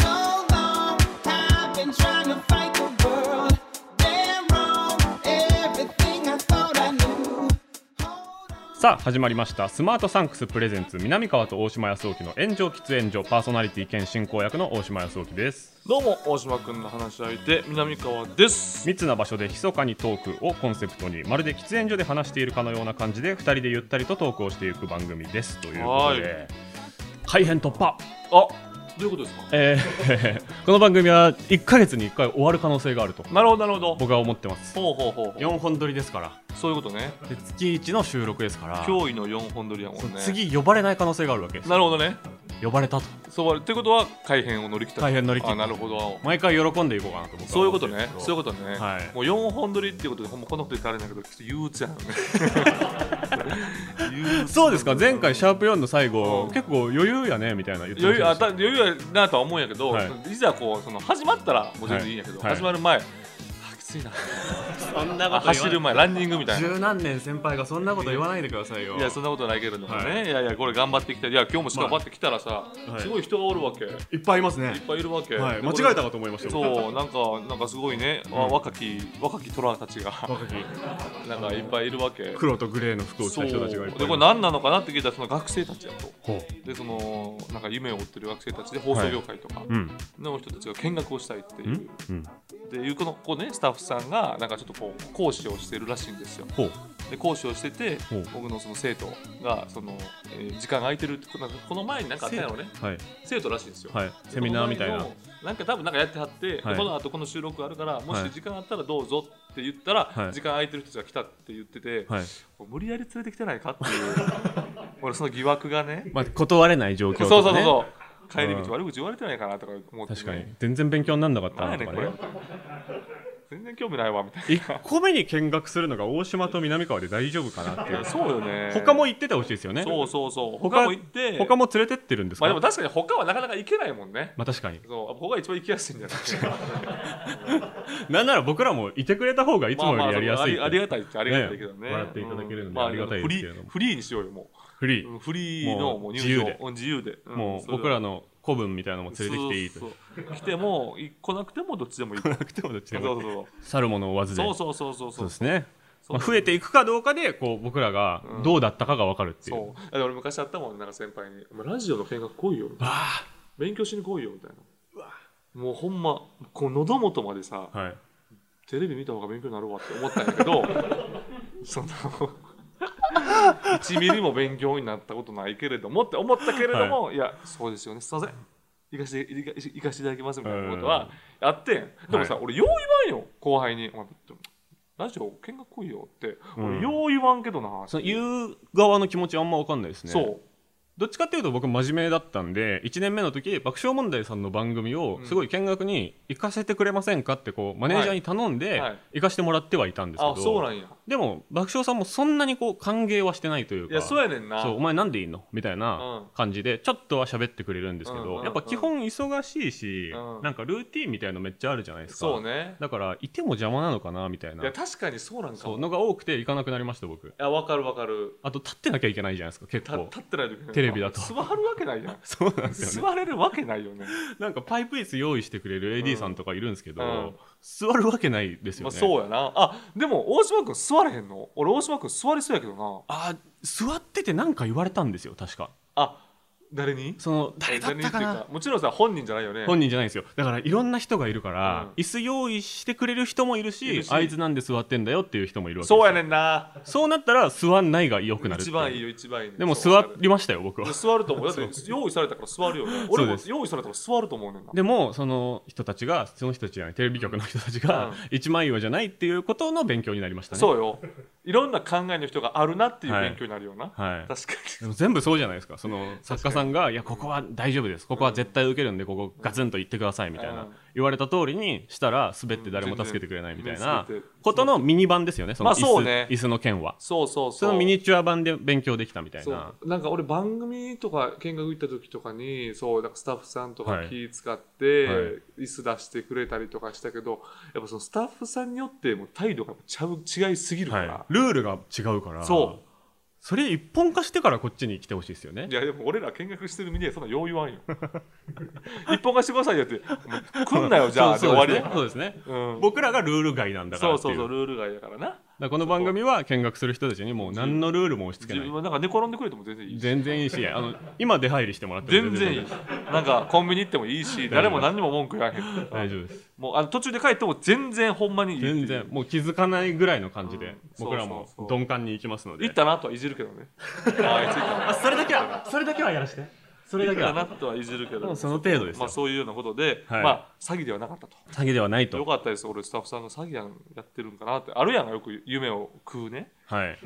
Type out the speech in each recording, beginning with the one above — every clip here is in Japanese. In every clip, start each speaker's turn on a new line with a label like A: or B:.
A: So long, I've been trying to fight the world. Damn wrong, everything I thought I knew. Hold on.
B: さあ始まりましたスマートサンクスプレゼンツ南川と大島康沖の炎上喫煙所パーソナリティ兼進行役の大島康沖です
C: どうも、大島くんの話し相手、南川です。
B: 密な場所で密かにトークをコンセプトにまるで喫煙所で話しているかのような感じで2人でゆったりとトークをしていく番組ですということ
C: は
B: で改編突破、
C: あ、どういうことですか
B: えー この番組は1ヶ月に1回終わる可能性があると
C: なるほど、なるほど。
B: 僕は思ってます
C: ほうほうほうほ
B: 4本撮りですから
C: う。そういうことね。
B: で月1の収録ですから
C: 脅威の4本撮りやもんね。。
B: 次呼ばれない可能性があるわけです
C: なるほどね。
B: 呼ばれたと
C: そうってことは、改編を乗り切った。
B: 改編乗り切った
C: あ、なるほど。
B: 毎回喜んでいこうかなと僕は思ってるんですけど
C: そういうことね。そういうことね。
B: はい
C: もう4本撮りっていうことで、ほんまこのこと言ったらあれだけど、ちょっと憂鬱やん ね。 憂鬱
B: そうですか前回シャープ4の最
C: う
B: 後
C: ん
B: 結構余裕やねみたいな言ってま
C: 余
B: せんで
C: 裕あ
B: した
C: た余裕やなとは思うんやけど、
B: はい
C: い、ざこうその始まったらもう全然いいんやけど、
B: はいはい
C: 始まる前、あきついな
B: そんな
C: あ走る前ランニングみたいな。
B: 十何年先輩がそんなこと言わないでくださいよ
C: いやそんなことないけれどもね、
B: はい
C: い、やいやこれ頑張ってきていや今日もしかも
B: まあ
C: バッて来たらさ、
B: い
C: すごい人がおるわけいっ
B: いっぱいいますね
C: ぱいいるわけ、
B: はい
C: で
B: 間
C: これ
B: 違えたかと思いましたう
C: そうなんかなんかすごいね、あ
B: うん
C: 若き若き虎たちが
B: 若き
C: なんかいっぱいいるわけ
B: 黒とグレーの服を着
C: そ
B: た
C: うで
B: 人たちがいっぱいいる
C: これ何なのかなって聞いたらその学生たちやと
B: ほう
C: でそのなんか夢を追ってる学生たちで放送業界とか
B: うん
C: の人たちが見学をしたいって
B: う
C: いうん
B: うん
C: でいうこのこうねスタッフさんがなんかちょっとこう講師をしてるらしいんですよ
B: ほう
C: で講師をしてて
B: ほう
C: 僕のその生徒がその、えー時間が空いてるってことなんかこの前になんかあったんやろうね
B: はい
C: 生徒らしいんですよ、
B: はい
C: で
B: セミナーみたいな
C: この前のなんか多分なんかやってはって、で
B: はい
C: この後この収録あるからも
B: はい
C: し時間あったらどうぞって言ったら、
B: はい
C: 時間空いてる人たちが来たって言ってて、
B: はい
C: もう無理やり連れてきてないかっていう俺その疑惑がね
B: まあ断れない状況
C: そ
B: と
C: う
B: か
C: そ
B: ね
C: うそうそう帰
B: ん
C: り道悪口言われてないかなとか思って、ね、
B: 確かに全然勉強になんなかった
C: 何
B: な
C: や
B: と
C: ねん
B: か
C: こ
B: ね
C: れ全然興味ないわみたいな
B: 1個目に見学するのが大島と南川で大丈夫かなって
C: い
B: いう
C: やそうよね
B: 他も行っててほしいですよね
C: そうそうそう
B: 他
C: 他も行って
B: 他も連れてってるんですか
C: まあでも確かに他はなかなか行けないもんね
B: まあ確かに
C: そう他が一番行きやすいんじ ゃないですか
B: なんなら僕らもいてくれた方がいつもよりやりやすいって
C: まあまあそうありありがたいっちゃありがたいけど
B: ね
C: ね
B: 笑っていただけるの
C: う
B: で
C: んま
B: ありがたいですけれども
C: フリーフリーにしようよも
B: フリ
C: う
B: ー
C: うんフリーの
B: も
C: も
B: う
C: う
B: 自由で
C: うん自由でうん
B: も
C: そうれ
B: 僕らの子分みたいなのも連れてきていいと
C: そうそう来てもい来なくてもどっちで もいいそう
B: なくてもどっちで
C: そ
B: も
C: うそう
B: 去るものを追わずで
C: そうそうそうそう
B: そ
C: そうう
B: ですね
C: そう
B: まあ増えていくかどうかでこう僕らが
C: うん
B: どうだったかが分かるっていう
C: そうだから俺昔あったもんねなんか先輩に「お前ラジオの見学来いよ」みたいな勉強しに来いよみたいなもうほんまこう喉元までさ、
B: はい
C: テレビ見た方が勉強になるわって思ったんや けどその1ミリも勉強になったことないけれどもって思ったけれども、い、やそうですよねすいません行かして行か行かしていただきますみたいなことはやってんでもさ、
B: は
C: 俺よう言わんよ後輩にお前ラジオ見学来いよって、
B: うん
C: 俺よう言わんけどな
B: その言う側の気持ちあんま分かんないですね
C: そう
B: どっちかっていうと僕真面目だったんで1年目の時爆笑問題さんの番組を
C: うん
B: すごい見学に行かせてくれませんかってこうマネージャーに頼んで
C: はいはい
B: 行かせてもらってはいたんですけど、
C: あそうなんや
B: でも爆笑さんもそんなにこう歓迎はしてないというか
C: いやそうやねんな
B: そうお前なんでいいのみたいな
C: うん
B: 感じでちょっとは喋ってくれるんですけど、
C: うんうんうん
B: やっぱ基本忙しいし、
C: うん
B: なんかルーティンみたいのめっちゃあるじゃないですか
C: そうね
B: だからいても邪魔なのかなみたいない
C: や確かにそうなんか
B: そ
C: も
B: う
C: い
B: のが多くて行かなくなりました僕
C: やわかるわかる
B: あと立ってなきゃいけないじゃないですか結
C: た
B: 構
C: 立ってないといけない
B: テレビだと
C: 座るわけないやん
B: そうなんですよね
C: 座れるわけないよね
B: なんかパイプ椅子用意してくれる AD さんとかいるんですけど、
C: うん
B: 座るわけないですよ
C: まあ、
B: ね、
C: そうやなあでも大島君座れへんの俺大島君座りそうやけどな
B: あ座ってて何か言われたんですよ確か
C: あ誰に
B: その誰だったか
C: 誰
B: な
C: にっていうもちろんさ本人じゃないよね
B: 本人じゃないんですよだからいろんな人がいるから、
C: う
B: 椅子用意してくれる人もいるし
C: いるし
B: 合図なんで座ってんだよっていう人もいるわけですよ
C: そうやねんな
B: そうなったら座んないが良くなるって
C: 一
B: う
C: 番いいよ一番いいね
B: でも
C: そうわ
B: 座
C: かる
B: りましたよ僕は
C: 座ると思うだって用意されたから座るよね
B: そ
C: 俺
B: う
C: も
B: です
C: 用意されたから座ると思うねんな
B: でもその人たちがその人たちじゃないテレビ局の人たちが、
C: うん
B: 一枚岩じゃないっていうことの勉強になりましたね
C: そうよいろんな考えの人があるなっていう
B: はい
C: 勉強になるよな、
B: はい
C: 確か
B: でも全部そうじゃないですかその作家さんが「いやここは大丈夫ですここは絶対受けるんでここガツンと言ってください」みたいな、
C: うん
B: 言われた通りにしたら滑って誰も助けてくれないみたいな
C: うん全然
B: ことのミニ版ですよねその
C: ま
B: 椅
C: あそ
B: 子,、
C: うね
B: 椅子の件は
C: そうそうそう
B: そのミニチュア版で勉強できたみたいな
C: そうなんか俺番組とか見学行った時とかにそうなんかスタッフさんと
B: は
C: か
B: い
C: 気使って、
B: はい
C: 椅子出してくれたりとかしたけどやっぱそのスタッフさんによってもう態度がちゃう違いすぎるか
B: は
C: ら、
B: い、ルールが違うから
C: そ
B: それ一本化してからこっちに来てほしいですよね
C: いやでも俺ら見学してる身にはそんな余裕はんよ一本化してくださいよってもう来んなよじゃあで
B: そ
C: 終
B: う
C: わり
B: そうです
C: や
B: ね
C: か
B: そう
C: ら
B: ですね
C: うん
B: 僕らがルール外なんだから
C: そ
B: って
C: う
B: い
C: そううそうルール外だからな
B: だからこの番組は見学する人たちにもう何のルールも押し付
C: 自
B: けな
C: 分
B: い
C: はなんか寝転んでくれても全然いいし
B: 全然いいしあの今出入りしてもらっても
C: 全然いいなんかコンビニ行ってもいいし誰も何にも文句言わへん
B: 大丈夫です
C: もうあの途中で帰っても全然ほんまにいいっていう
B: 全然もう気づかないぐらいの感じで、
C: うん
B: 僕らも
C: そうそうそう
B: 鈍感に行きますので
C: 行ったなとはいじるけど ねあいつ行ったな
B: あそれだけはそれだけはやらしてそれだ
C: 行っ
B: け
C: た
B: は
C: なとはいじるけ
B: も
C: ど
B: うその程度ですよ、
C: まあそういうようなことで、
B: はい
C: まあ詐欺ではなかったと
B: 詐欺ではない
C: よ
B: と
C: かったです俺スタッフさんが詐欺やんやってるんかなってあるやんかよく夢を食うね
B: はい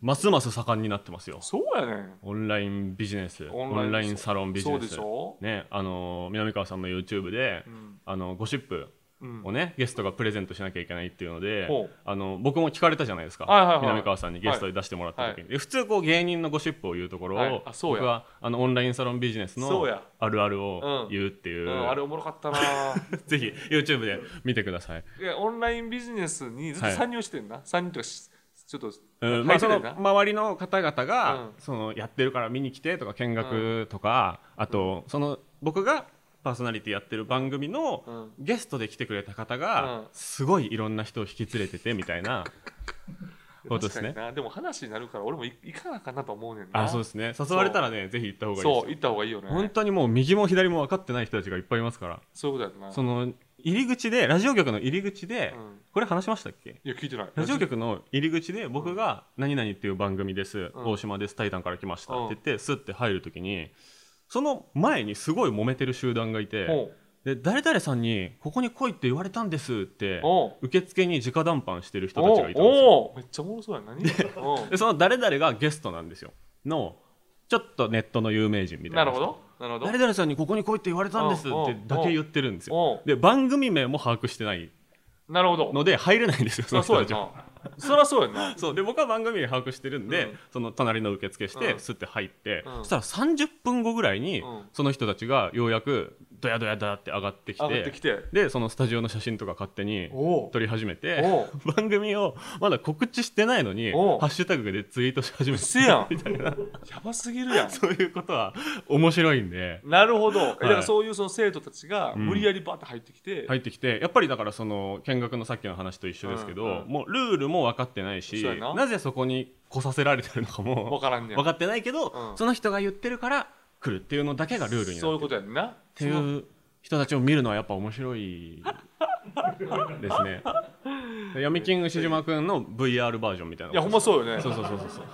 B: ますます盛んになってますよ
C: そうやねん
B: オンラインビジネスオンラインサロンビジネス
C: そうでしょ
B: ねあのー南川さんの YouTube で、
C: ん
B: あのゴシップ
C: うん
B: をね、ゲストがプレゼントしなきゃいけないっていうので
C: ほう
B: あの僕も聞かれたじゃないですか、
C: はいはいはい
B: 南川さんにゲストで出してもらった時に、
C: は
B: で普通こう芸人のゴシップを言うところを、
C: はいあそうや
B: 僕はあのオンラインサロンビジネス
C: そ
B: の
C: うや
B: あるあるを言うっていう、
C: うん、あれおもろかったな
B: ぜひ YouTube で見てください、
C: いやオンラインビジネスにずっと参入してんな、参入とかしちょっと
B: うんまあ、そ
C: 入
B: の
C: ってるな
B: 周りの方々が、
C: うん
B: そのやってるから見に来てとか見学とか、あとその僕がパーソナリティやってる番組の、
C: う
B: ゲストで来てくれた方
C: う
B: が
C: ん
B: すごいいろんな人を引き連れててみたい なことです
C: 確かに
B: ね。
C: なでも話になるから俺もい行かなあかんなと思うねんな
B: あそうですね誘われたらねぜひ行った方がいいです
C: そう
B: よ
C: 行った方がいいよね
B: 本当にもう右も左も分かってない人たちがいっぱいいますから
C: そういうことやんな
B: その入り口でラジオ局の入り口で、
C: うん
B: これ話しましたっけ
C: いや聞いてない
B: ラジオ局の入り口で僕が「何々っていう番組です、
C: ん
B: 大島ですタイタンから来ました」
C: う
B: っ
C: ん
B: て言ってスッて入る時にその前にすごい揉めてる集団がいて、
C: おう
B: で誰々さんに「ここに来い」って言われたんですって
C: おう
B: 受付に直談判してる人た
C: お
B: ち
C: う
B: がいたんですよ
C: おうめっちゃおもろそうやん 何おう
B: でその誰々がゲストなんですよのちょっとネットの有名人みたいな
C: なる
B: 人
C: ほどなるほど
B: 誰々さんにここに来いって言われたんですっ
C: うん
B: てだけ言ってるんです
C: うん
B: よ
C: うん
B: で番組名も把握してない
C: なるほど
B: ので入れないんですよ
C: そりゃそうやん
B: たちは
C: なそりゃそうやんな
B: そうで僕は番組名把握してるんで、
C: うん
B: その隣の受付して、
C: うん
B: スッて入って、
C: うん
B: そしたら30分後ぐらいに、
C: うん
B: その人たちがようやくドヤドヤだって上がってきて
C: 上がってきて
B: でそのスタジオの写真とか勝手に
C: おう
B: 撮り始めて
C: お
B: 番組をまだ告知してないのに
C: お
B: ハッシュタグでツイートし始め
C: うってせやんやばすぎるやん
B: そういうことは面白いんで
C: なるほどえだからそういうその生徒たちが無理やりバッて入ってきて
B: 入ってきてやっぱりだからその見学のさっきの話と一緒ですけど、
C: うんうん
B: もうルールも分かってないし
C: そうやな
B: ぜそこに来させられてるのかも
C: 分からんねん
B: 分かってないけど、
C: うん
B: その人が言ってるから来るっていうのだけがルールになってる
C: そういうことやんなっ
B: っていう人たちを見るのはやっぱ面白いです ね。闇金牛島くんの VR バージョンみたいな。
C: いやほんまそうよね
B: そうそうそうそうそう。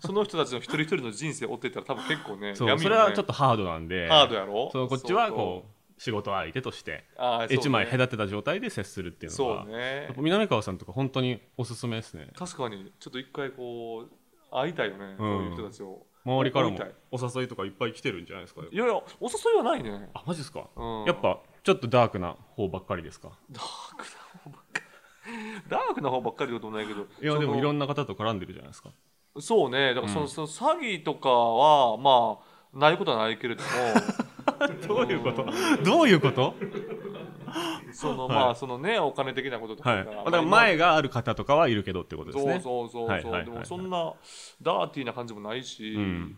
C: その人たちの一人一人の人生追っていったら多分結構ね
B: そう
C: 闇
B: そ
C: よ
B: れ
C: ね
B: はちょっとハードなんで。
C: ハードやろ
B: そうこっちはこう仕事相手として
C: うあーそうね
B: 一枚隔てた状態で接するっていうのが
C: そうね
B: やっぱ南川さんとか本当におすすめですね。
C: 確かにちょっと一回こう会いたいよね、そういう人たちを
B: 周りからも
C: 会いたい
B: お誘いとかいっぱい来てるんじゃないですか。
C: いやいやお誘いはないね
B: あマジですか、
C: うん
B: やっぱちょっとダークな方ばっかりですか
C: ダークな方ばっかりだと思うんだけど
B: いやでもいろ
C: なん
B: な方と絡んでるじゃないですか
C: そうねだからその,、その詐欺とかはまあないことはないけれど も
B: どういうこと どういうこと
C: その、
B: はい
C: まあそのねお金的なこととか
B: は
C: が、
B: い、だから前がある方とかはいるけどってことです
C: そう
B: ね。
C: そうそうそう、
B: はいはいはい
C: でもそんなダーティーな感じもないし、
B: ん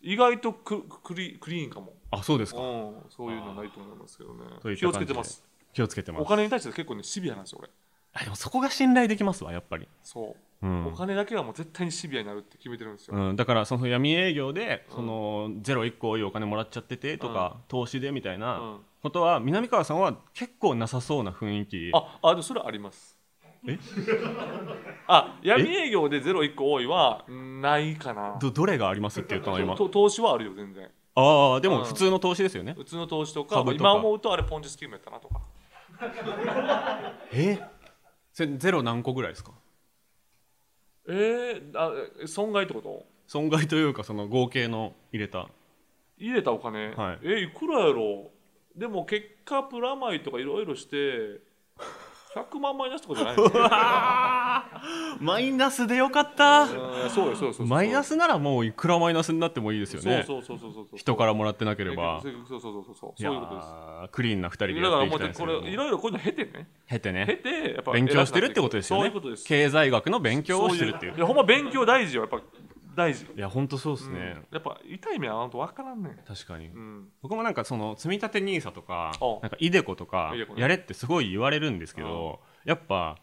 C: 意外とククリクリーンかも、
B: あそうですか、
C: うん、そういうのはないと思いますけど
B: とい
C: ね
B: っ
C: 気
B: た感
C: をつけ
B: じで
C: てます
B: 気をつけてます。
C: お金に対して結構ねシビアなんですよ俺
B: あでもそこが信頼できますわやっぱり、
C: そ
B: う
C: う、
B: ん
C: お金だけはもう絶対にシビアになるって決めてるんですよ、
B: うん、だからその闇営業でそのゼロ一個多いお金もらっちゃっててとか、投資でみたいな
C: うん
B: ことは南川さんは結構なさそうな雰囲気
C: ああでもそれはあります
B: え
C: あ闇営業でゼロ1個多いはないかな
B: どどれがありますって言ったの今
C: と投資はあるよ全然
B: ああで
C: う
B: も
C: ん
B: 普通の投資ですよね、
C: うちの投資とか
B: 株とか
C: 今思うとあれポンジスキームやったなとか
B: えそれゼロ何個ぐらいですか
C: えー、あ損害ってこと
B: 損害というかその合計の入れた
C: 入れたお金、
B: はい
C: えいくらやろでも結果プラマイとかいろいろして100万マイナスとかじゃないの
B: マイナスでよかった
C: うんそうよそうよそうよ
B: マイナスならもういくらマイナスになってもいいですよね
C: そうそうそうそうそう
B: 人かららもらってなければ
C: そうそうそうそうそう
B: い
C: そ
B: や
C: ういうことです
B: ークリーンな2人で
C: だか
B: やって
C: ら
B: い
C: も
B: きたいうです
C: こ
B: け
C: れ
B: ど
C: いろいろこういうの経てね
B: 経て
C: 経
B: ね
C: てやっぱ
B: 勉強してるってことですよ
C: そう
B: ね
C: いうことです
B: 経済学の勉強をしてるっていう
C: そういやほんま勉強大事よやっぱ大事
B: いや本当そうです
C: うん
B: ね、
C: やっぱ痛い目合わんと分からんねん
B: 確かに、
C: うん
B: 僕もなんかその積み立て NISA とか
C: お
B: なんかイデコとか
C: イデコね
B: やれってすごい言われるんですけどやっぱ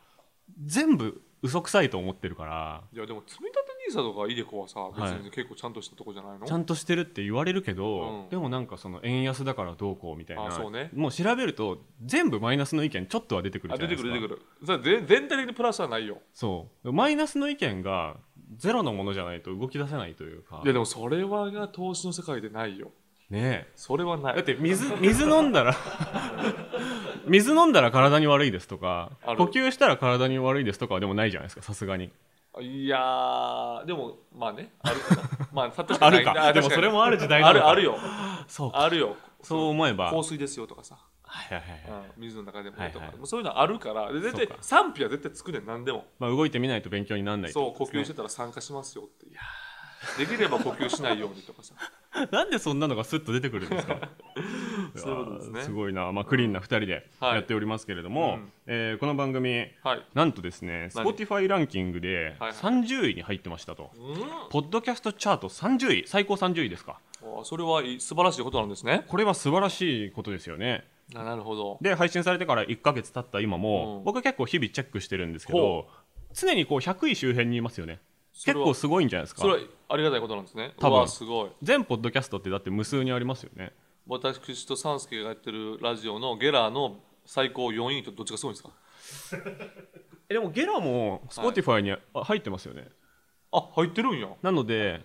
B: 全部嘘くさいと思ってるから
C: いやでも積み立て NISA とかイデコはさ別に結構ちゃんとしたとこじゃないの
B: ちゃんとしてるって言われるけど、
C: うん
B: でもなんかその円安だからどうこうみたいな
C: あそうね
B: もう調べると全部マイナスの意見ちょっとは出てくる
C: あ
B: じゃ
C: 出
B: ない
C: て
B: で
C: く
B: す
C: る
B: か
C: 出てくるそれ全全体的にプラスはないよ
B: そうマイナスの意見がゼロのものじゃないと動き出せないというか
C: いやでもそれはが投資の世界でないよ
B: ねえ
C: それはない
B: だって水 水飲んだら水飲んだら体に悪いですとか
C: ある
B: 呼吸したら体に悪いですとかはでもないじゃないですかさすがに
C: いやーでもまあねあるまあ確
B: あ
C: に
B: るか
C: あ
B: でも
C: 確
B: そ
C: に
B: れもある時代なの
C: ある
B: か
C: あるよ
B: そうか
C: あるよ
B: そう思えば
C: 香水ですよとかさ、
B: はいはいはい
C: うん水の中でもとか、
B: はいはい
C: もうそういうのあるからで絶対
B: そうか
C: 賛否は絶対つくねん何でも
B: まあ、動いてみないと勉強にならない
C: そう呼
B: と
C: 吸してたら酸化しますよっていうできれば呼吸しないようにと かさ
B: なんでそんなのがスッと出てくるんですか
C: そういうことですね
B: やーごいな、まあ、クリーンな2人で
C: はい
B: やっておりますけれども、
C: うん
B: えーこの番組
C: はい
B: なんとですね
C: 何
B: Spotify ランキングで
C: はいはい
B: 30位に入ってましたと、
C: うん
B: ポッドキャストチャート30位最高30位ですか
C: あそれはいい素晴らしいことなんですね
B: これは素晴らしいことですよね
C: あなるほど
B: で配信されてから1ヶ月経った今も、
C: うん
B: 僕結構日々チェックしてるんですけど常にこう100位周辺にいますよね
C: そ
B: 結
C: れは
B: 構すごいんじゃないですか
C: それはありがたいことなんですね
B: 多分
C: うわすごい
B: 全ポッドキャストってだって無数にありますよね
C: 私とサンスケがやってるラジオのゲラーの最高4位とどっちがすごいんですか
B: えでもゲラも Spotify にあ入ってますよね、
C: あ入ってるんや
B: なので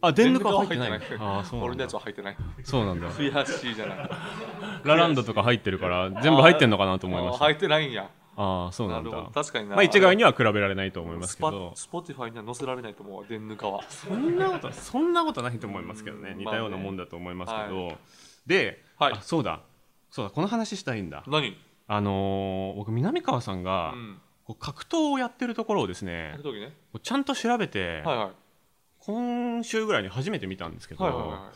B: あ電抜かは入ってない
C: 電抜か
B: あ
C: は
B: あそうな
C: 俺
B: ん
C: の
B: だ
C: やつは入ってない
B: そうなんだ
C: 悔しいじゃない
B: ラランドとか入ってる から全部入ってんのかな と思いました
C: あ入ってないんや
B: ああそうな
C: なんる
B: だ
C: ほど確かにな
B: まあ一概には比べられないと思います
C: ス
B: け
C: パ
B: ど
C: スポティファイには載せられないと思うわ電ぬかは
B: そんなことそんなことないと思いますけどね
C: うん
B: 似たよう
C: ま
B: な
C: あね
B: もんだと思いますけど、
C: は
B: で、
C: はい
B: あそうだそうだこの話したいんだ
C: 何
B: あのー僕南川さんが、
C: うん
B: こう格闘をやってるところをですね
C: 格闘技ね
B: こうちゃんと調べて、
C: はいはい
B: 今週ぐらいに初めて見たんですけど、
C: はいはいは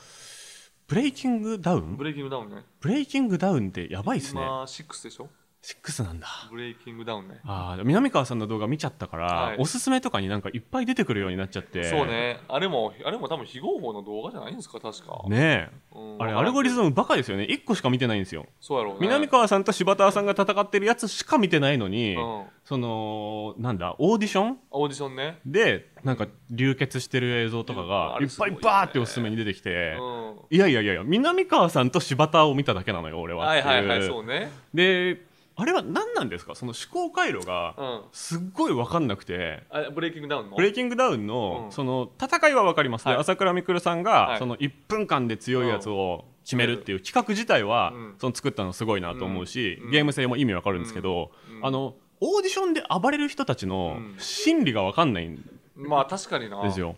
B: ブレイキングダウン
C: いブレイキングダウンね
B: ブレイキングダウンってやばいっすね。
C: 今6でしょ
B: 6なんだ。
C: ブレイキングダウンね
B: ああ、南川さんの動画見ちゃったから、
C: はい
B: おすすめとかになんかいっぱい出てくるようになっちゃって。
C: そう。ねあれもあれも多分非合法の動画じゃないんですか確か
B: ねえ。
C: うん
B: あれ、アルゴリズムバカですよね。1個しか見てないんですよ。
C: そうやろうね
B: 南川さんと柴田さんが戦ってるやつしか見てないのに、
C: うん
B: その、なんだ、オーディション
C: オーディションね
B: で、なんか流血してる映像とかが
C: あ
B: い
C: れ
B: っ
C: すご
B: ぱい
C: いよね
B: バーっておすすめに出てきて、
C: うん
B: いやいやいやいや、南川さんと柴田を見ただけなのよ、俺はっ
C: は
B: て
C: い
B: いう。
C: はいはいそうね
B: で、あれは何なんですかその思考回路が、
C: うん
B: すっごい分かんなくて
C: あブレイキングダウンの
B: ブレイキングダウンの,、
C: うん
B: その戦いは分かります、で
C: はい
B: 朝倉未来さんが、
C: はい
B: その1分間で強いやつを決めるっていう企画自体は、
C: うん
B: その作ったのすごいなと思うし、
C: うん
B: ゲーム性も意味分かるんですけど、
C: うん
B: あのオーディションで暴れる人たちの
C: うん
B: 心理が分かんないん
C: まあ確かにな
B: ですよ、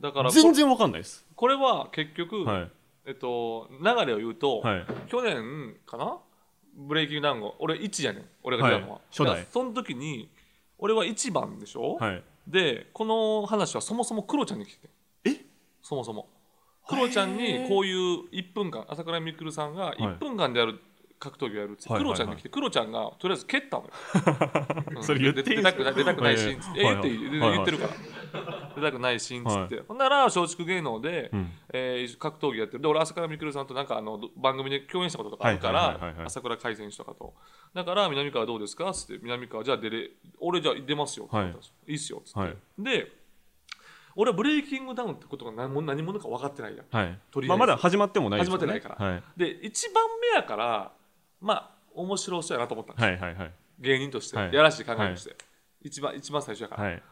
C: だから
B: 全然分かんないです、
C: これは結局、
B: はい
C: えっと、流れを言うと、
B: はい、
C: 去年かなブレイキングダウンを俺1やねん俺が出たのは、
B: はい初代
C: だからその時に俺は1番でしょ、
B: はい、
C: でこの話はそもそもクロちゃんに来てて
B: え
C: そもそもクロちゃん
B: へ
C: に
B: ー
C: こういう1分間朝倉未来さんが1分間でやる格闘技をやるっつって、
B: はい
C: クロちゃんに来て、クロちゃんがとりあえず蹴ったの よ、うん
B: それ言っていい
C: 出
B: んで
C: 出
B: すか
C: たくない出たくないシーンっつって、
B: はい
C: え言
B: は
C: っ
B: い
C: ていい
B: は
C: 全然
B: いはい
C: 言ってるから、出たくないシーンっつって、ほんなら松竹芸能で、
B: うん
C: えー格闘技やってるで俺朝倉未来さんとなんかあのど番組で共演したこととかある
B: は
C: か
B: いはいはいはいは
C: ら
B: い
C: 朝倉海選手とかとだから南川どうですかっつって南川じゃあ出れ俺じゃあ出ますよって言ったんですよ、い、いっすよっつって、
B: はい
C: で俺はブレイキングダウンってことが何も何者か分かってないやん
B: はい
C: とりあえず
B: まあ、まだ始まってもないですよ
C: 始まってないから
B: はい
C: で一番目やからまあ面白そうやなと思ったんですよ、
B: はいはいはい
C: 芸人として、
B: はい
C: やらしい考えとして、一番一番最初やから、
B: はい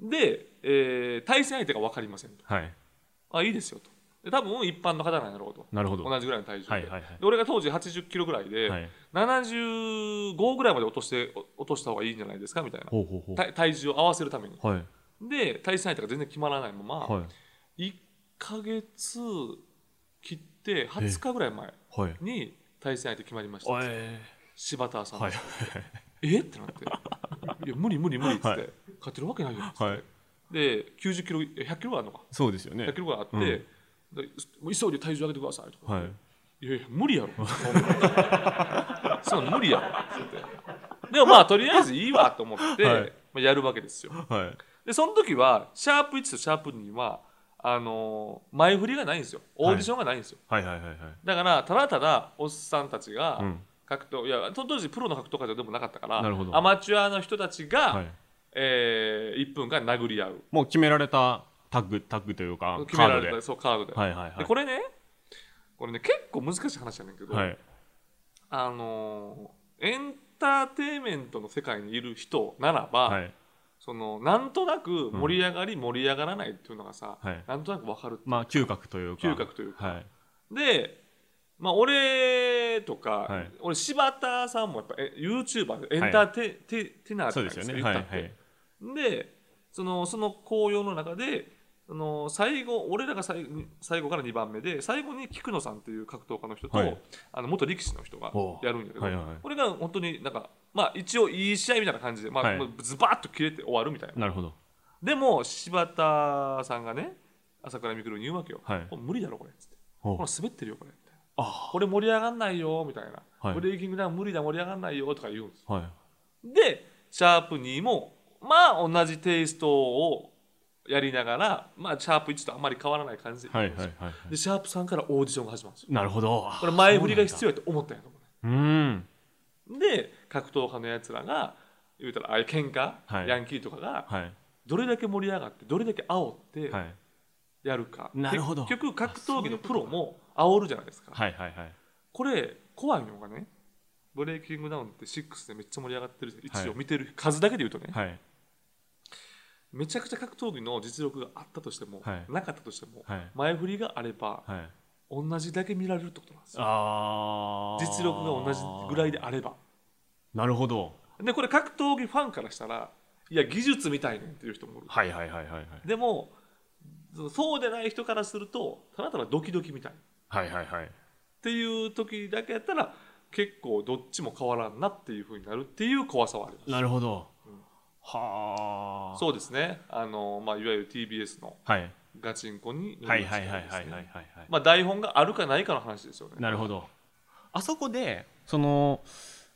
C: で、えー対戦相手が分かりませんと
B: はい
C: あいいですよとで多分一般の方なんやろうと
B: なるほど
C: 同じぐらいの体重で,、
B: はいはいはい
C: で俺が当時80キロぐらいで、
B: はい
C: 75ぐらいまで落としてお落とした方がいいんじゃないですかみたいな
B: ほうほうほ
C: 体体重を合わせるために
B: うはい
C: で対戦相手が全然決まらないまま、
B: はい
C: 1ヶ月切って20日ぐらい前
B: はい。
C: に対戦相手決まりました
B: おえ
C: 柴田さん、
B: はい。
C: えってなって「いや無理無理無理」っつって、
B: はい
C: 勝てるわけないよっつって、
B: はい。
C: で90キロ100キロぐらいあるのか
B: そうですよね
C: 100キ。ロぐらいあって、でもう急いで体重上げてくださいとか、
B: はい。
C: いやいや無理や ろそんなんそんなん無理やろっつってでもまあとりあえずいいわと思って、
B: はい
C: まあ、やるわけですよ
B: はい。
C: でその時はシャープ1とシャープ2はあのー前振りがないんですよオーディションがないんですよ、
B: はいはいはいはい。
C: だからただただおっさんたちが
B: うん
C: 格闘、いやその当時プロの格闘家でもなかったから
B: なるほど
C: アマチュアの人たちが、
B: はい。
C: え1分間殴り合う
B: もう決められたタッグ、タッグというか、
C: 決
B: カ
C: め
B: ー
C: ら
B: ドで。
C: れ
B: は
C: たそうカードで,、
B: いはいは
C: で
B: い。
C: これねこれね結構難しい話やねんけど、
B: はい。
C: あのーエンターテインメントの世界にいる人ならば、
B: はい。
C: そのなんとなく盛り上がり盛り上がらないっていうのがさ、
B: はい
C: なんとなくわかる
B: まあ、嗅覚というか。
C: 嗅覚というか
B: はい。
C: で、まあ、俺とか、
B: はい
C: 俺柴田さんもやっぱえ YouTuber エンターテ,、テテナー
B: そ
C: じゃ
B: う
C: な
B: ですよ
C: いで
B: ね。
C: すか言っ
B: はい
C: た
B: は
C: って、
B: い。
C: でそのその紅葉の中であの最後俺らが最後に最後から2番目で最後に菊野さんっていう格闘家の人と、
B: はい
C: あの元力士の人が
B: おう
C: やるんやけど、
B: はいはいはい
C: これが本当になんか、まあ、一応いい試合みたいな感じで、まあ
B: はい
C: もうズバッと切れて終わるみたいな
B: なるほど。
C: でも柴田さんがね朝倉未来に言うわけよ、
B: はい
C: これ無理だろこれっつって
B: お
C: これ滑ってるよこれみたいな
B: あ
C: これ盛り上がんないよみたいな、
B: はい
C: ブレイキングダウン無理だ盛り上がんないよとか言うんです
B: あ。はい。
C: でシャープ2もまあ同じテイストをやりながらまあシャープ1とあんまり変わらない感じで,、
B: はいはいはいは
C: でシャープ3からオーディションが始まるんですよ
B: い。なるほど。
C: これ前振りが必
B: 要。
C: 要やと思ったんやと思うね
B: うん。
C: で格闘家のやつらが言うたらああいう喧嘩、
B: はい
C: ヤンキーとかが
B: はい。
C: どれだけ盛り上がってどれだけ煽って
B: はい。
C: やるか、
B: なるほど
C: 結局格闘技のプロも煽るじゃないですか
B: はいはいはい。
C: これ怖いのがねブレイキングダウンって6でめっちゃ盛り上がってる
B: はい
C: 一応見てる数だけで言うとね、
B: はい。
C: めちゃくちゃ格闘技の実力があったとしても、
B: はい
C: なかったとしても、
B: はい
C: 前振りがあれば、
B: はい。
C: 同じだけ見られるってことなんですよ
B: ああ。
C: 実力が同じぐらいであれば
B: なるほど。
C: でこれ格闘技ファンからしたらいや技術みたいねんっていう人もいる
B: はいはいはいはいはい。
C: でもそうでない人からするとただただドキドキみたいっ
B: はいはいはい。
C: ていう時だけやったら結構どっちも変わらんなっていうふうになるっていう怖さはあります
B: なるほど。はあ。
C: そうですねあの、まあ、いわゆる TBS の
B: はい。
C: ガチンコに乗
B: は
C: る
B: い
C: 違
B: はいはい
C: で
B: はいは
C: す
B: い
C: ね
B: はいはい。
C: まあ台本があるかないかの話ですよね
B: なるほど。あそこでその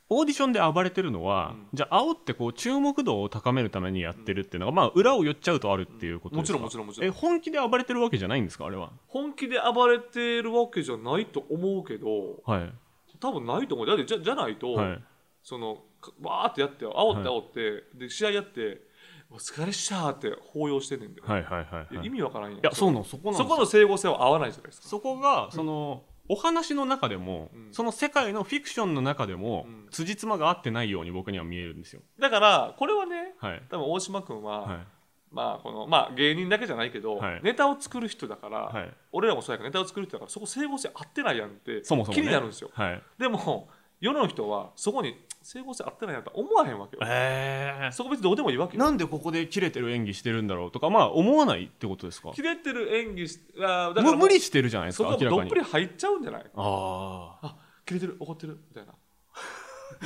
B: オーディションで暴れてるのは、
C: うん
B: じゃあ煽ってこう注目度を高めるためにやってるっていうのが、まあ裏を言っちゃうとあるっていうことですか、
C: うんもちろんもちろん
B: え
C: もちろん
B: 本気で暴れてるわけじゃないんですかあれは
C: 本気で暴れてるわけじゃないと思うけど
B: はい
C: 多分ないと思うだってじゃじゃないと、
B: はい
C: そのかわーってやって煽って
B: は
C: 煽って、で試合やって「お疲れっした」って抱擁してんねんで、
B: はいはいはい
C: いや
B: はいい
C: 意味わからんやん
B: やそうなのそこなんで
C: そ
B: すよ
C: この整合性は合わないじゃないですか
B: そこがその、お話の中でも、
C: うん
B: その世界のフィクションの中でも、
C: うん
B: 辻褄が合ってないように僕には見えるんですよ
C: だからこれはね
B: はい
C: 多分大島君は、
B: は
C: まあこのまあ芸人だけじゃないけど、
B: はい
C: ネタを作る人だから、
B: いはい
C: 俺らもそうやからネタを作る人だからそこ整合性合ってないやんって
B: そもそも、ね、
C: 気になるんですよ
B: はい
C: でも世の人はそこに整合性合ってないやんと思わへんわけよ
B: え
C: そこ別にどうでもいいわけよ
B: なんでここで切れてる演技してるんだろうとかまあ思わないってことですか
C: 切れてる演技しあーだから
B: む
C: もう
B: 無理してるじゃないです
C: そ
B: か
C: こ
B: 明ら
C: ど
B: か
C: っ
B: に
C: ぷり入っちゃうんじゃない
B: あ
C: あ切れてる怒ってるみたいな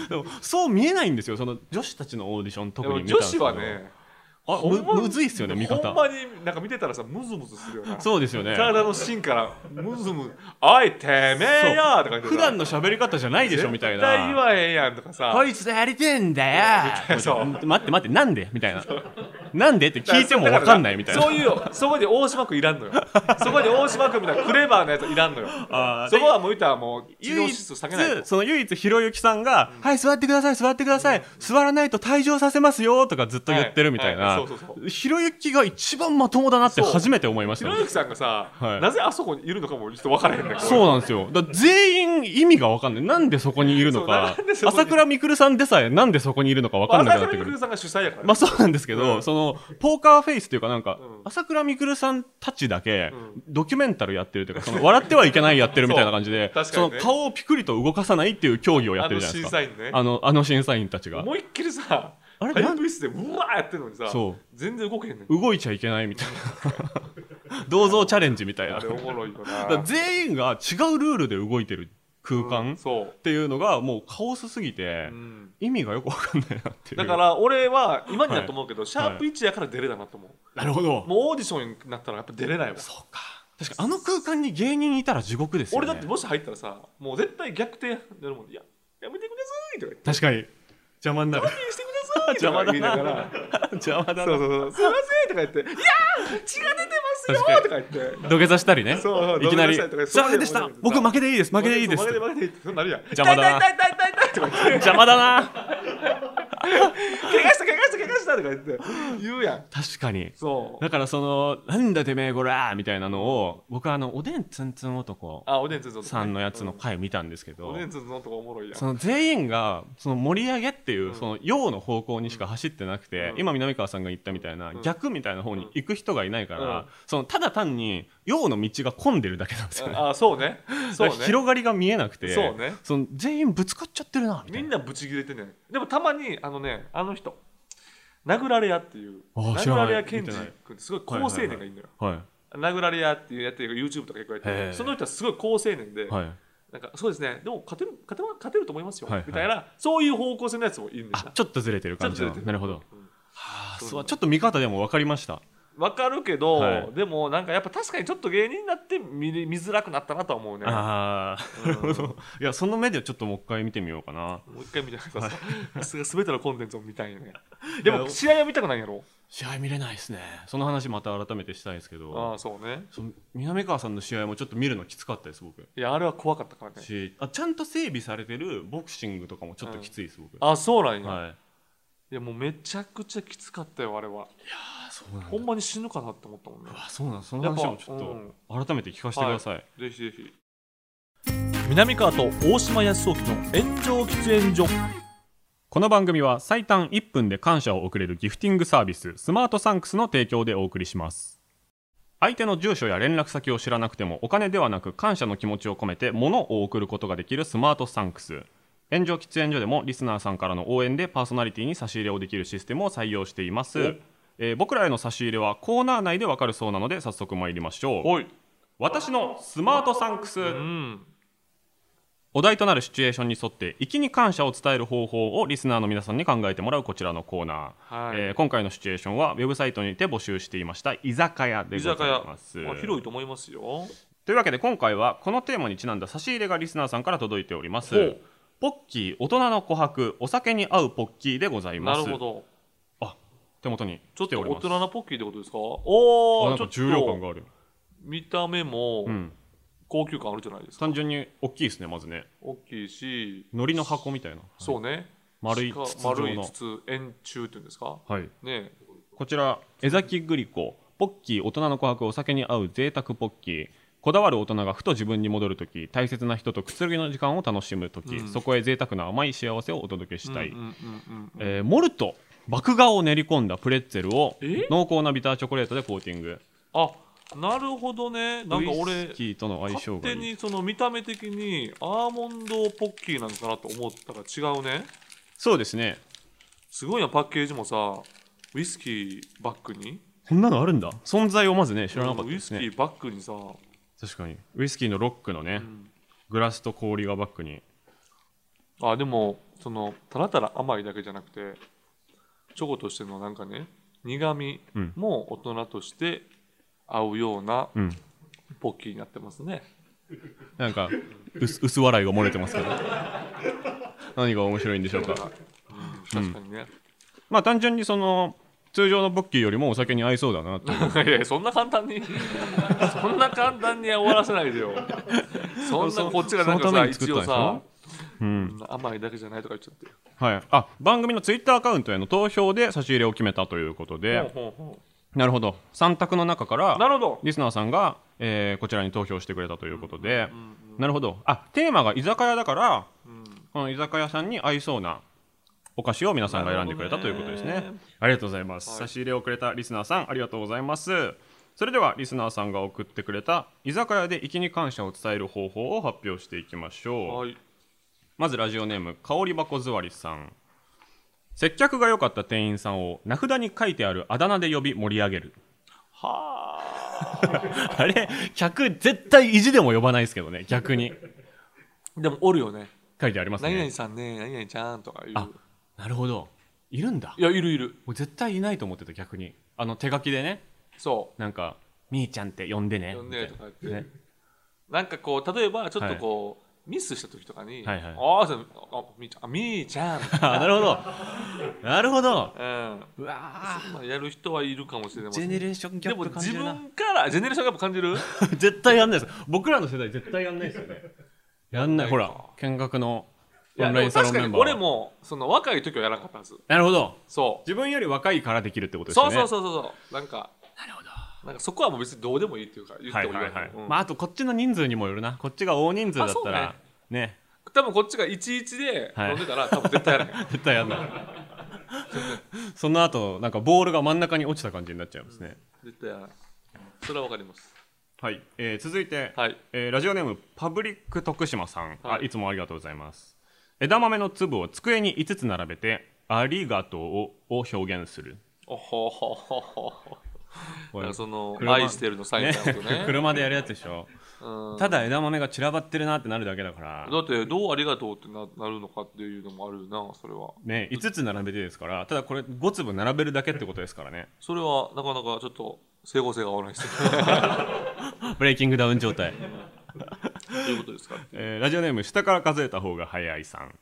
B: あでもそう見えないんですよその女子たちのオーディション特に見
C: で
B: たんで
C: も女
B: すけ
C: 子
B: ど
C: はね
B: あ
C: ほんま
B: むむずいっすよね見
C: ほ
B: 方
C: んまになんか見てたらさムズムズするよな
B: そうですよね
C: 体の芯からムズムズ「おいてめえよ!」とか言って
B: 普段の喋り方じゃないでしょみたい
C: 絶対言
B: な
C: わへんやんとかさ
B: こいつやりてんだよ
C: そう
B: 待って待ってなんでみたいななんでって聞いても分かんないみたいな
C: そういうそこに大島君いらんのよそこに大島君みたいなクレバーなやついらんのよ
B: あー
C: そこは向いたらもう知能
B: 唯
C: 指
B: 一
C: 数下げないと
B: その唯一ひろゆきさんが、はい座ってください座ってください、座らないと退場させますよとかずっと言ってるみたい
C: はいは
B: ない
C: そうそうそ
B: ひろゆきが一番まともだなって
C: そう
B: 初めて思いまし
C: ひ
B: た
C: ろゆきさんがさ、
B: はい
C: なぜあそこにいるのかもちょっと分からへんねん
B: そうなんですよだから全員意味が分かんないなんでそこにいるのか
C: そうなんでそこに
B: 朝倉未来さんでさえなんでそこにいるのか分かんなくな
C: 朝
B: って
C: 倉
B: く
C: 未
B: る
C: 来さんが主催やからね、
B: まあそうなんですけど、
C: うん
B: そのポーカーフェイスというかなんか、
C: うん
B: 朝倉未来さんたちだけ
C: うん
B: ドキュメンタルやってるというかその笑ってはいけないやってるみたいな感じで
C: そう確かにね
B: の顔をピクリと動かさないっていう競技をやってるじゃないですか
C: あの審査員ね
B: あのあの審査員たちが
C: 思いっきりさ
B: あれ
C: ハイブリスでうわーやってるのにさ
B: そう
C: 全然動けへんねん
B: 動いちゃいけないみたい銅像チャレンジみたいな
C: あれおもろいよ
B: だ
C: な
B: から全員が違うルールで動いてる空
C: うん
B: 間
C: そう
B: っ、ていうのがもうカオスすぎて
C: うん
B: 意味がよくわかんないなっていう
C: だから俺は今になって思うけど、シャープ1やから出れたなと思う、
B: なるほど
C: もうオーディションになったらやっぱ出れないわ
B: そうか確かにあの空間に芸人いたら地獄ですよ
C: 俺
B: ね
C: だってもし入ったらさもう絶対逆転やるもんいややめてくださいとか言って
B: 確かに邪魔に なる
C: してくださいと
B: 邪魔
C: か
B: だ
C: 言い
B: な
C: ながら
B: 邪魔だ
C: そ
B: な
C: うそうそうすいませんとか言って「いやー血が出てますよ!」とか言って。
B: 土下座したりね
C: そうそう
B: いきなり「す
C: 土下座した
B: い
C: りとか
B: ませんでした僕負けでいいです負けでいいです」
C: 負けで負けでいいってそうなるやん
B: 邪魔だな
C: 痛い痛い痛い痛い痛いとか言って
B: 邪魔だ な
C: 怪我した怪我した怪我したとか言って言うやん
B: 確かに
C: そう
B: だからその「なんだてめえこら!」みたいなのを僕はあのおでんつんつん男
C: あおでんつんの
B: さんのやつの回見たんですけど、
C: おでんつんのとこおもろいやん
B: その全員がその盛り上げっていう
C: うん
B: その陽の方向にしか走ってなくて、
C: うん
B: 今南川さんが言ったみたいな
C: うん
B: 逆みたいな方に行く人がいないから、
C: うん
B: そのただ単に陽の道が混んでるだけなんですよね。
C: あそうねそう
B: だから
C: ね
B: 広がりが見えなくて
C: そうね
B: その全員ぶつかっちゃってるなみた
C: み
B: い
C: ん
B: な
C: なブチ切れてねでもたまにあのねあの人殴られ屋っていう
B: あ知
C: 殴
B: らない
C: られ屋健二
B: 見てない
C: 君ってすごい好青年がいるのよ、
B: は
C: 殴られ屋っていうやってる YouTube とか結構やって
B: へ
C: る
B: え
C: その人はすごい好青年で、
B: いはい
C: なんかそうですねでも勝てる勝ては勝てると思いますよ、
B: はいはい
C: みたいなそういう方向性のやつもいるんで
B: あ
C: す
B: ちょっとずれてる感じ
C: ちょっ
B: の
C: とず
B: な
C: れてる
B: るほど、
C: ん
B: はあ
C: そう
B: そうちょっと見方でも分かりました
C: わかるけど、
B: はい
C: でもなんかやっぱ確かにちょっと芸人になって見れ見づらくなったなとは思うね
B: ああな
C: うん
B: るほど いやその目でちょっともう一回見てみようかな
C: もう一回見たくさすが全てのコンテンツを見たいよねでも試合は見たくないんやろ
B: 試合見れないですねその話また改めてしたいですけど
C: ああそうね
B: その南川さんの試合もちょっと見るのきつかったです僕
C: いやあれは怖かったからね
B: しあちゃんと整備されてるボクシングとかもちょっときついです、僕
C: あそうなんや、い、
B: はい
C: やもうめちゃくちゃきつかったよあれは
B: あそうなんだ
C: ほんまに死ぬかなって思ったもんね
B: あそうなんだその話
C: やっ
B: も
C: ぱ
B: ちょっと改めて聞かせてください、
C: ぜひぜひ南川と大島康沖の炎上喫煙所
B: この番組は最短1分で感謝を送れるギフティングサービススマートサンクスの提供でお送りします相手の住所や連絡先を知らなくてもお金ではなく感謝の気持ちを込めて物を送ることができるスマートサンクス炎上喫煙所でもリスナーさんからの応援でパーソナリティに差し入れをできるシステムを採用しています、えー僕らへの差し入れはコーナー内でわかるそうなので早速参りましょう
C: おい
B: 私のスマートサンクス、
C: うん
B: お題となるシチュエーションに沿って粋に感謝を伝える方法をリスナーの皆さんに考えてもらうこちらのコーナー、
C: はい
B: えー今回のシチュエーションはウェブサイトにて募集していました居酒屋で
C: 居
B: ご
C: 酒
B: ざい
C: 屋
B: ます
C: あ広いと思いますよ
B: というわけで今回はこのテーマにちなんだ差し入れがリスナーさんから届いておりま
C: ほ
B: す
C: う
B: ポッキー大人の琥珀お酒に合うポッキーでございま
C: な
B: す
C: るほど
B: あ手元に
C: ちょっ
B: 来て
C: と
B: おり
C: 大
B: ます
C: 人なポッキーってことですかお
B: あ
C: お
B: なんか重量感がある、
C: 見た目も
B: うん、
C: 高級感あるじゃないですか、
B: 単純に大きいですねまずね
C: 大きいし
B: 海苔の箱みたいな
C: そうね
B: 丸い
C: しか
B: 筒状の
C: 丸い筒円柱っていうんですか
B: はい
C: ね
B: こちら江崎グリコポッキー大人の琥珀お酒に合う贅沢ポッキーこだわる大人がふと自分に戻るとき大切な人とくつろぎの時間を楽しむとき、
C: うん
B: そこへ贅沢な甘い幸せをお届けしたい、
C: うんうんうんうん
B: えーモルト麦芽を練り込んだプレッツェルを
C: え
B: 濃厚なビターチョコレートでコーティング
C: あなるほどねなんか
B: ウイ
C: 俺
B: スキーとの相性
C: 勝
B: がい
C: 手
B: い
C: にその見た目的にアーモンドポッキーなんかなと思ったら違うね
B: そうですね
C: すごいなパッケージもさウイスキーバッグに
B: こんなのあるんだ存在をまずね知らなかった
C: ウイ
B: で
C: ス
B: す
C: キ
B: ね
C: ーバッグにさ
B: 確かにウイスキーのロックのね、グラスと氷がバックに
C: あでもそのただただ甘いだけじゃなくてチョコとしてのなんかね苦味
B: うん
C: も大人として合うような
B: うん
C: ポッキーになってますね、
B: なんか薄薄笑いが漏れてますけど何が面白いんでしょうか
C: 確かにね、
B: まあ単純にその通常のポッキーよりもお酒に合いそうだなと
C: いやいやそんな簡単に そんな簡単に終わらせないでよそんなこっちがなんか
B: そのた
C: さ
B: めに作ったんで
C: 一応
B: しょ
C: さ、
B: うん
C: 甘いだけじゃないとか言っちゃって
B: はい、あ番組のツイッターアカウントへの投票で差し入れを決めたということで
C: ほうほうほ
B: なるほど3択の中か
C: うな
B: ら
C: るほど
B: リスナーさんが、えーこちらに投票してくれたということで、なるほどあテーマが居酒屋だから、この居酒屋さんに合いそうなお菓子を皆さんが選んでくれた
C: な
B: とい
C: る
B: うこ
C: ほど
B: と
C: ね
B: ですねありがとうございます、
C: はい
B: 差し入れをくれたリスナーさんありがとうございますそれではリスナーさんが送ってくれた居酒屋で粋に感謝を伝える方法を発表していきましょう、
C: はい
B: まずラジオネーム香り箱座りさん接客が良かった店員さんを名札に書いてあるあだ名で呼び盛り上げる
C: は
B: あれ客絶対意地でも呼ばないですけどね逆 に
C: でもおるよね
B: 書いてあります
C: 何々
B: ね
C: さんね何々ちゃんとかいう
B: あなるほどいるんだ
C: いやいるいる
B: 俺絶対いないと思ってた逆にあの手書きでね
C: そ
B: なんか「みーちゃんって呼んでね」
C: う呼んでとか言って、
B: みたいなね
C: なんかこう例えばちょっとこう、ミスした時とかに、
B: はいはい
C: ああそうあみーちゃんあみーちゃん、
B: あなるほどなるほ ど
C: うん、
B: うわ
C: まあやる人はいるかもしれま
B: ージ
C: せ
B: ェ
C: ん
B: ネレーションギャ
C: で
B: ッ
C: も
B: プ感じ
C: 自
B: るな
C: 分からジェネレーションギャップ感じる
B: 絶対やんないです僕らの世代絶対やんないですよねやんないほら見学の
C: い
B: オ
C: や
B: ン
C: で
B: ライ
C: も
B: ンサロ
C: 確
B: ン
C: か
B: メンバ
C: に
B: ーは
C: 俺もその若い時はやらなかったはず
B: なるほど
C: そ
B: 自分より若いからできるってことで
C: う
B: すよ
C: そう
B: ね
C: そうそうそうそうなんかなんかそこはもう別にどうでもいいっていうか言って
B: は
C: も
B: い
C: いいわ
B: はい
C: け
B: はい、
C: うん
B: まああとこっちの人数にもよるなこっちが大人数だったら
C: あ
B: ね
C: 多分こっちが11で
B: はい
C: 飲んでたら、多分絶対やら ない
B: 絶対やん ないその後なんかボールが真ん中に落ちた感じになっちゃいますね、
C: 絶対やらないそれはわかります
B: はい、えー続いて、
C: はい
B: えーラジオネームパブリック徳島さん、
C: はい
B: あいつもありがとうございます枝豆の粒を机に5つ並べて「ありがとうを」を表現する
C: おほほほほほ
B: こ
C: だか
B: れ
C: らその
B: 車
C: 愛してるのサインだとね
B: ね 車でやるやつでしょ
C: うん
B: ただ枝豆が散らばってるなってなるだけだから
C: だってどうありがとうってななるのかっていうのもあるよなそれは
B: ね5つ並べてですからただこれ5粒並べるだけってことですからね
C: それはなかなかちょっと整合性が合わないです
B: ブレイキングダウン状態、
C: どういうことですか
B: えーラジオネーム下から数えた方が早いさん、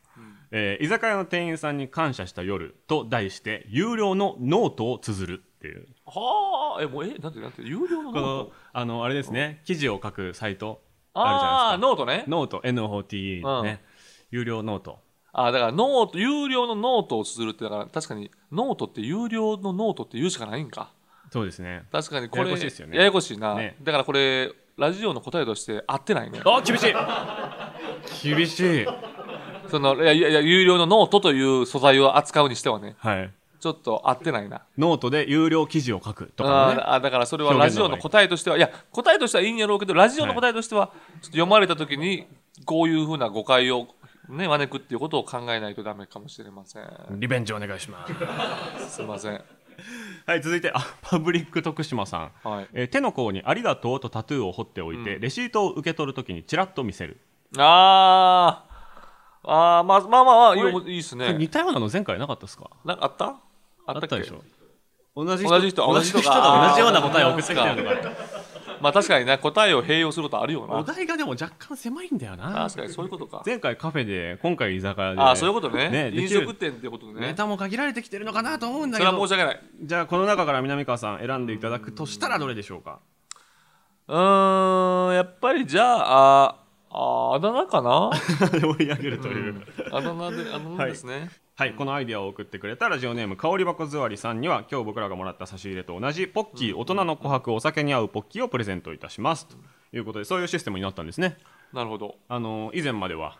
B: えー居酒屋の店員さんに感謝した夜と題して有料のノートを綴るっていう
C: はあえもうえなんてなんて有料のノー
B: この
C: ト
B: あのあれですね記事を書くサイト
C: あ
B: あ
C: あ
B: る
C: ー
B: じゃない
C: ノートね
B: ですかノート NOTE のね、有料ノート
C: あーだからノート有料のノートを綴るってだから確かにノートって有料のノートって言うしかないんか
B: そうですね
C: 確かにこ
B: や
C: れ
B: やこしいですよね
C: ややこしいな、
B: ね
C: だからこれラジオの答えとして合ってないね
B: あ厳しい厳しい
C: そのいやいやいや有料のノートという素材を扱うにしてはね
B: はい
C: ちょっと合ってないな
B: ノートで有料記事を書くとか
C: あ
B: ね
C: ーあーだからそれはラジオの答えとしてはいや答えとしてはいいんやろうけどラジオの答えとしてはちょっと読まれた時にこういうふうな誤解を、ね、招くっていうことを考えないとダメかもしれません
B: リベンジお願いします
C: すいません
B: はい、続いて、あ、パブリック徳島さん。
C: はい
B: えー手の甲にありがとうとタトゥーを彫っておいて、レシートを受け取るときにちらっと見せる。
C: あーあーまあまあまあまあいいいいっす
B: これ
C: ね
B: 似たようなの前回なかったですか
C: なんかあった
B: あ
C: あ
B: った
C: っけ
B: でしょ同じ
C: 同じ人
B: 同じ人
C: 同じ人か
B: が同じような答えを送ってきてるのか。
C: まあ確かにね答えを併用することあるよ
B: お
C: な
B: 題がでも若干狭いんだよな。
C: 確かにそういうことか
B: 前回カフェで、今回居酒屋で。
C: ああそういうことね
B: ね、で
C: 飲
B: きる
C: 食店ってことでね
B: ネタも限られてきてるのかなと思うんだ
C: そ
B: け
C: れは申
B: ど
C: し、訳ない
B: じゃあこの中から南川さん選んでいただくとしたらどれでしょうか
C: うーんやっぱりじゃああああだ名かな
B: 盛り上げるという。
C: あだ名であだ名ですね、
B: はい、このアイデアを送ってくれたラジオネーム香り箱座りさんには今日僕らがもらった差し入れと同じポッキー大人の琥珀お酒に合うポッキーをプレゼントいたしますということでそういうシステムになったんですね
C: なるほど
B: あの以前までは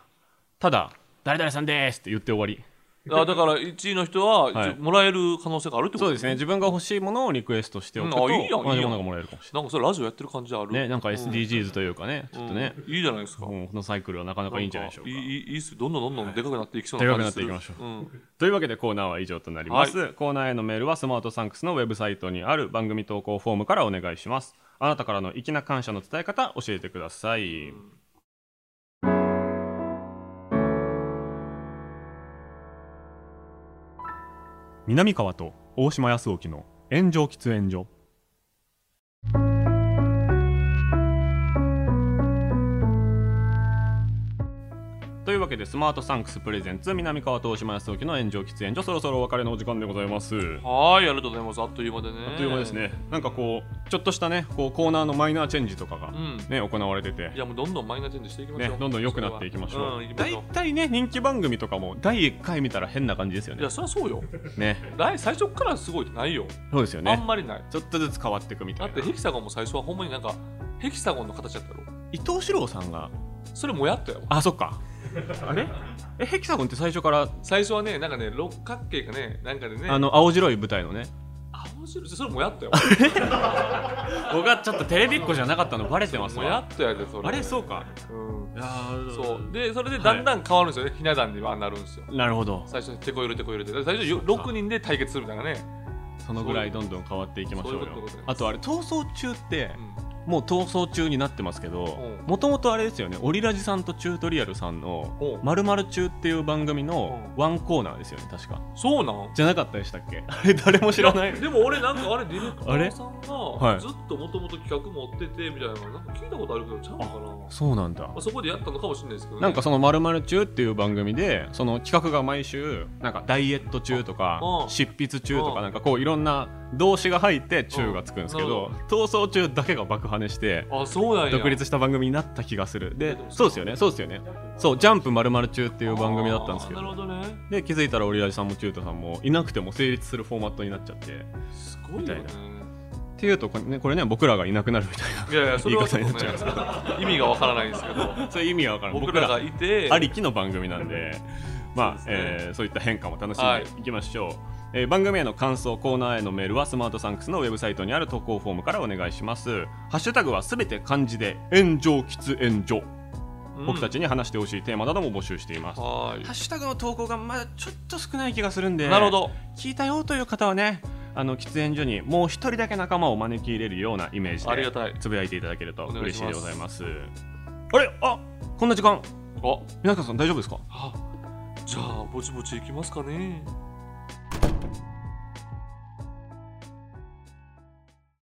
B: ただ「誰々さんです」って言って終わり
C: あだから1位の人は、
B: はい
C: 一応もらえる可能性があるってこと
B: そうですね自分が欲しいものをリクエストしておくと
C: うんあいいや
B: 同じ
C: ん
B: も
C: いいや
B: の
C: ん
B: がもらえるかもし
C: なんかそれラジオやってる感じある
B: れないねなんか SDGs というかねちょっとね
C: うんいいじゃないですか、
B: もうこのサイクルはなかなかいいんじゃないでしょうか
C: いいいいいいっすよどんどんどんどんでかくなっていきそうな感じする
B: でかくなっていきまし
C: うん
B: というわけでコーナーは以上となります、コーナーへのメールはスマートサンクスのウェブサイトにある番組投稿フォームからお願いしますあなたからの粋な感謝の伝え方教えてください、南川と大島康沖の炎上喫煙所というわけでスマートサンクスプレゼンツ南川と大島康沖の炎上喫煙所そろそろお別れのお時間でございます
C: はーいありがとうございますあっという間でね
B: あっという間ですね、なんかこうちょっとしたねこうコーナーのマイナーチェンジとかが、
C: ん
B: ね行われてて
C: いやもうどんどんマイナーチェンジしていきま
B: ね
C: しょう、、
B: どんどん良くなっていきましょ
C: ん
B: う
C: 行きまし
B: 大
C: ょう
B: 体、ね人気番組とかも第1回見たら変な感じですよ
C: い
B: ね
C: やそりゃそうよ
B: ね
C: 第最初からすごいってないよ、
B: そうですよ
C: あ
B: ね
C: んまりない
B: ちょっとずつ変わっていくみた
C: だ
B: い
C: っ
B: な
C: てヘキサゴンも最初はほんまになんかヘキサゴンの形だったろ
B: 伊藤四郎さんが
C: それもやったよ
B: あそっ かあれえヘキサゴンって最初から
C: 最初はねなんかね六角形かねなんかでね
B: あの青白い舞台のね
C: 青汁それもやったよ
B: 僕はちょっとテレビっ子じゃなかったのバレてます
C: もうや
B: わ
C: ったやでそれ
B: あれそうか
C: うん
B: いやー
C: そうでそれでだんだん変わるんですよね、ひな壇にはなるんですよ
B: なるほど
C: 最初てこ入れてこ入れて最初よ6人で対決するみたいなね
B: そのぐらいどんどん変わっていきましょうよ
C: そういうことでございま
B: あ
C: す
B: とあれ逃走中って
C: う、ん
B: もう逃走中になってますけど
C: うん
B: もともとあれですよねオリラジさんとチュートリアルさんの
C: おう
B: 「まるまる中」っていう番組の
C: うん
B: ワンコーナーですよね確か
C: そうなん
B: じゃなかったでしたっけ あれ誰も知らない
C: やでも俺なんかあれディレクタ
B: あれ
C: ーさん
B: は
C: が
B: い
C: ずっともともと企画持っててみたいなのなんか聞いたことあるけどちゃうのかなま
B: そうなんだ
C: あ、そこでやったのかもしれないですけど、ね、
B: なんかその「まるまる中」っていう番組でその企画が毎週なんかダイエット中とか
C: うん
B: 執筆中と
C: う
B: か
C: ん
B: なんかこういろんな動詞が入って「中」がつくんですけ
C: う
B: ど
C: ん
B: 逃走中だけが爆跳ねして
C: あそうなんや
B: 独立した番組になった気がするで
C: でも
B: そうですよねそうですよねそう「ジャンプまるまる中」って
C: て
B: いう番組だったんですけど
C: なるほどね
B: で気づいたらオリラジさんもチュートさんもいなくても成立するフォーマットになっちゃってっ
C: すごいよね
B: みたていうとこれ,、ね、これね僕らがいなくなるみたい
C: いやいやそれはちょっ
B: 言
C: と
B: い方になっち
C: ね意味がわからないんですけど
B: なそういう意味は分からん
C: 僕らがいて
B: ありきの番組なんで、まあ
C: そう
B: そ
C: ですね
B: えーそういった変化も楽しんでいきましょう、えー番組への感想コーナーへのメールはスマートサンクスのウェブサイトにある投稿フォームからお願いしますハッシュタグはすべて漢字で炎上喫煙所、
C: うん
B: 僕たちに話してほしいテーマなども募集していますハ
C: は
B: ッシュタグの投稿がまだちょっと少ない気がするん
C: い
B: で
C: なるほど
B: 聞いたよという方はねあの喫煙所にもう一人だけ仲間を招き入れるようなイメージ
C: ありが
B: で
C: たい
B: つぶやいていただけると
C: お願い
B: 嬉
C: し
B: しい
C: ま
B: で
C: す
B: ございますあれあこんな時間
C: あ
B: 皆川さん大丈夫ですか
C: あじゃあぼちぼち行きますかね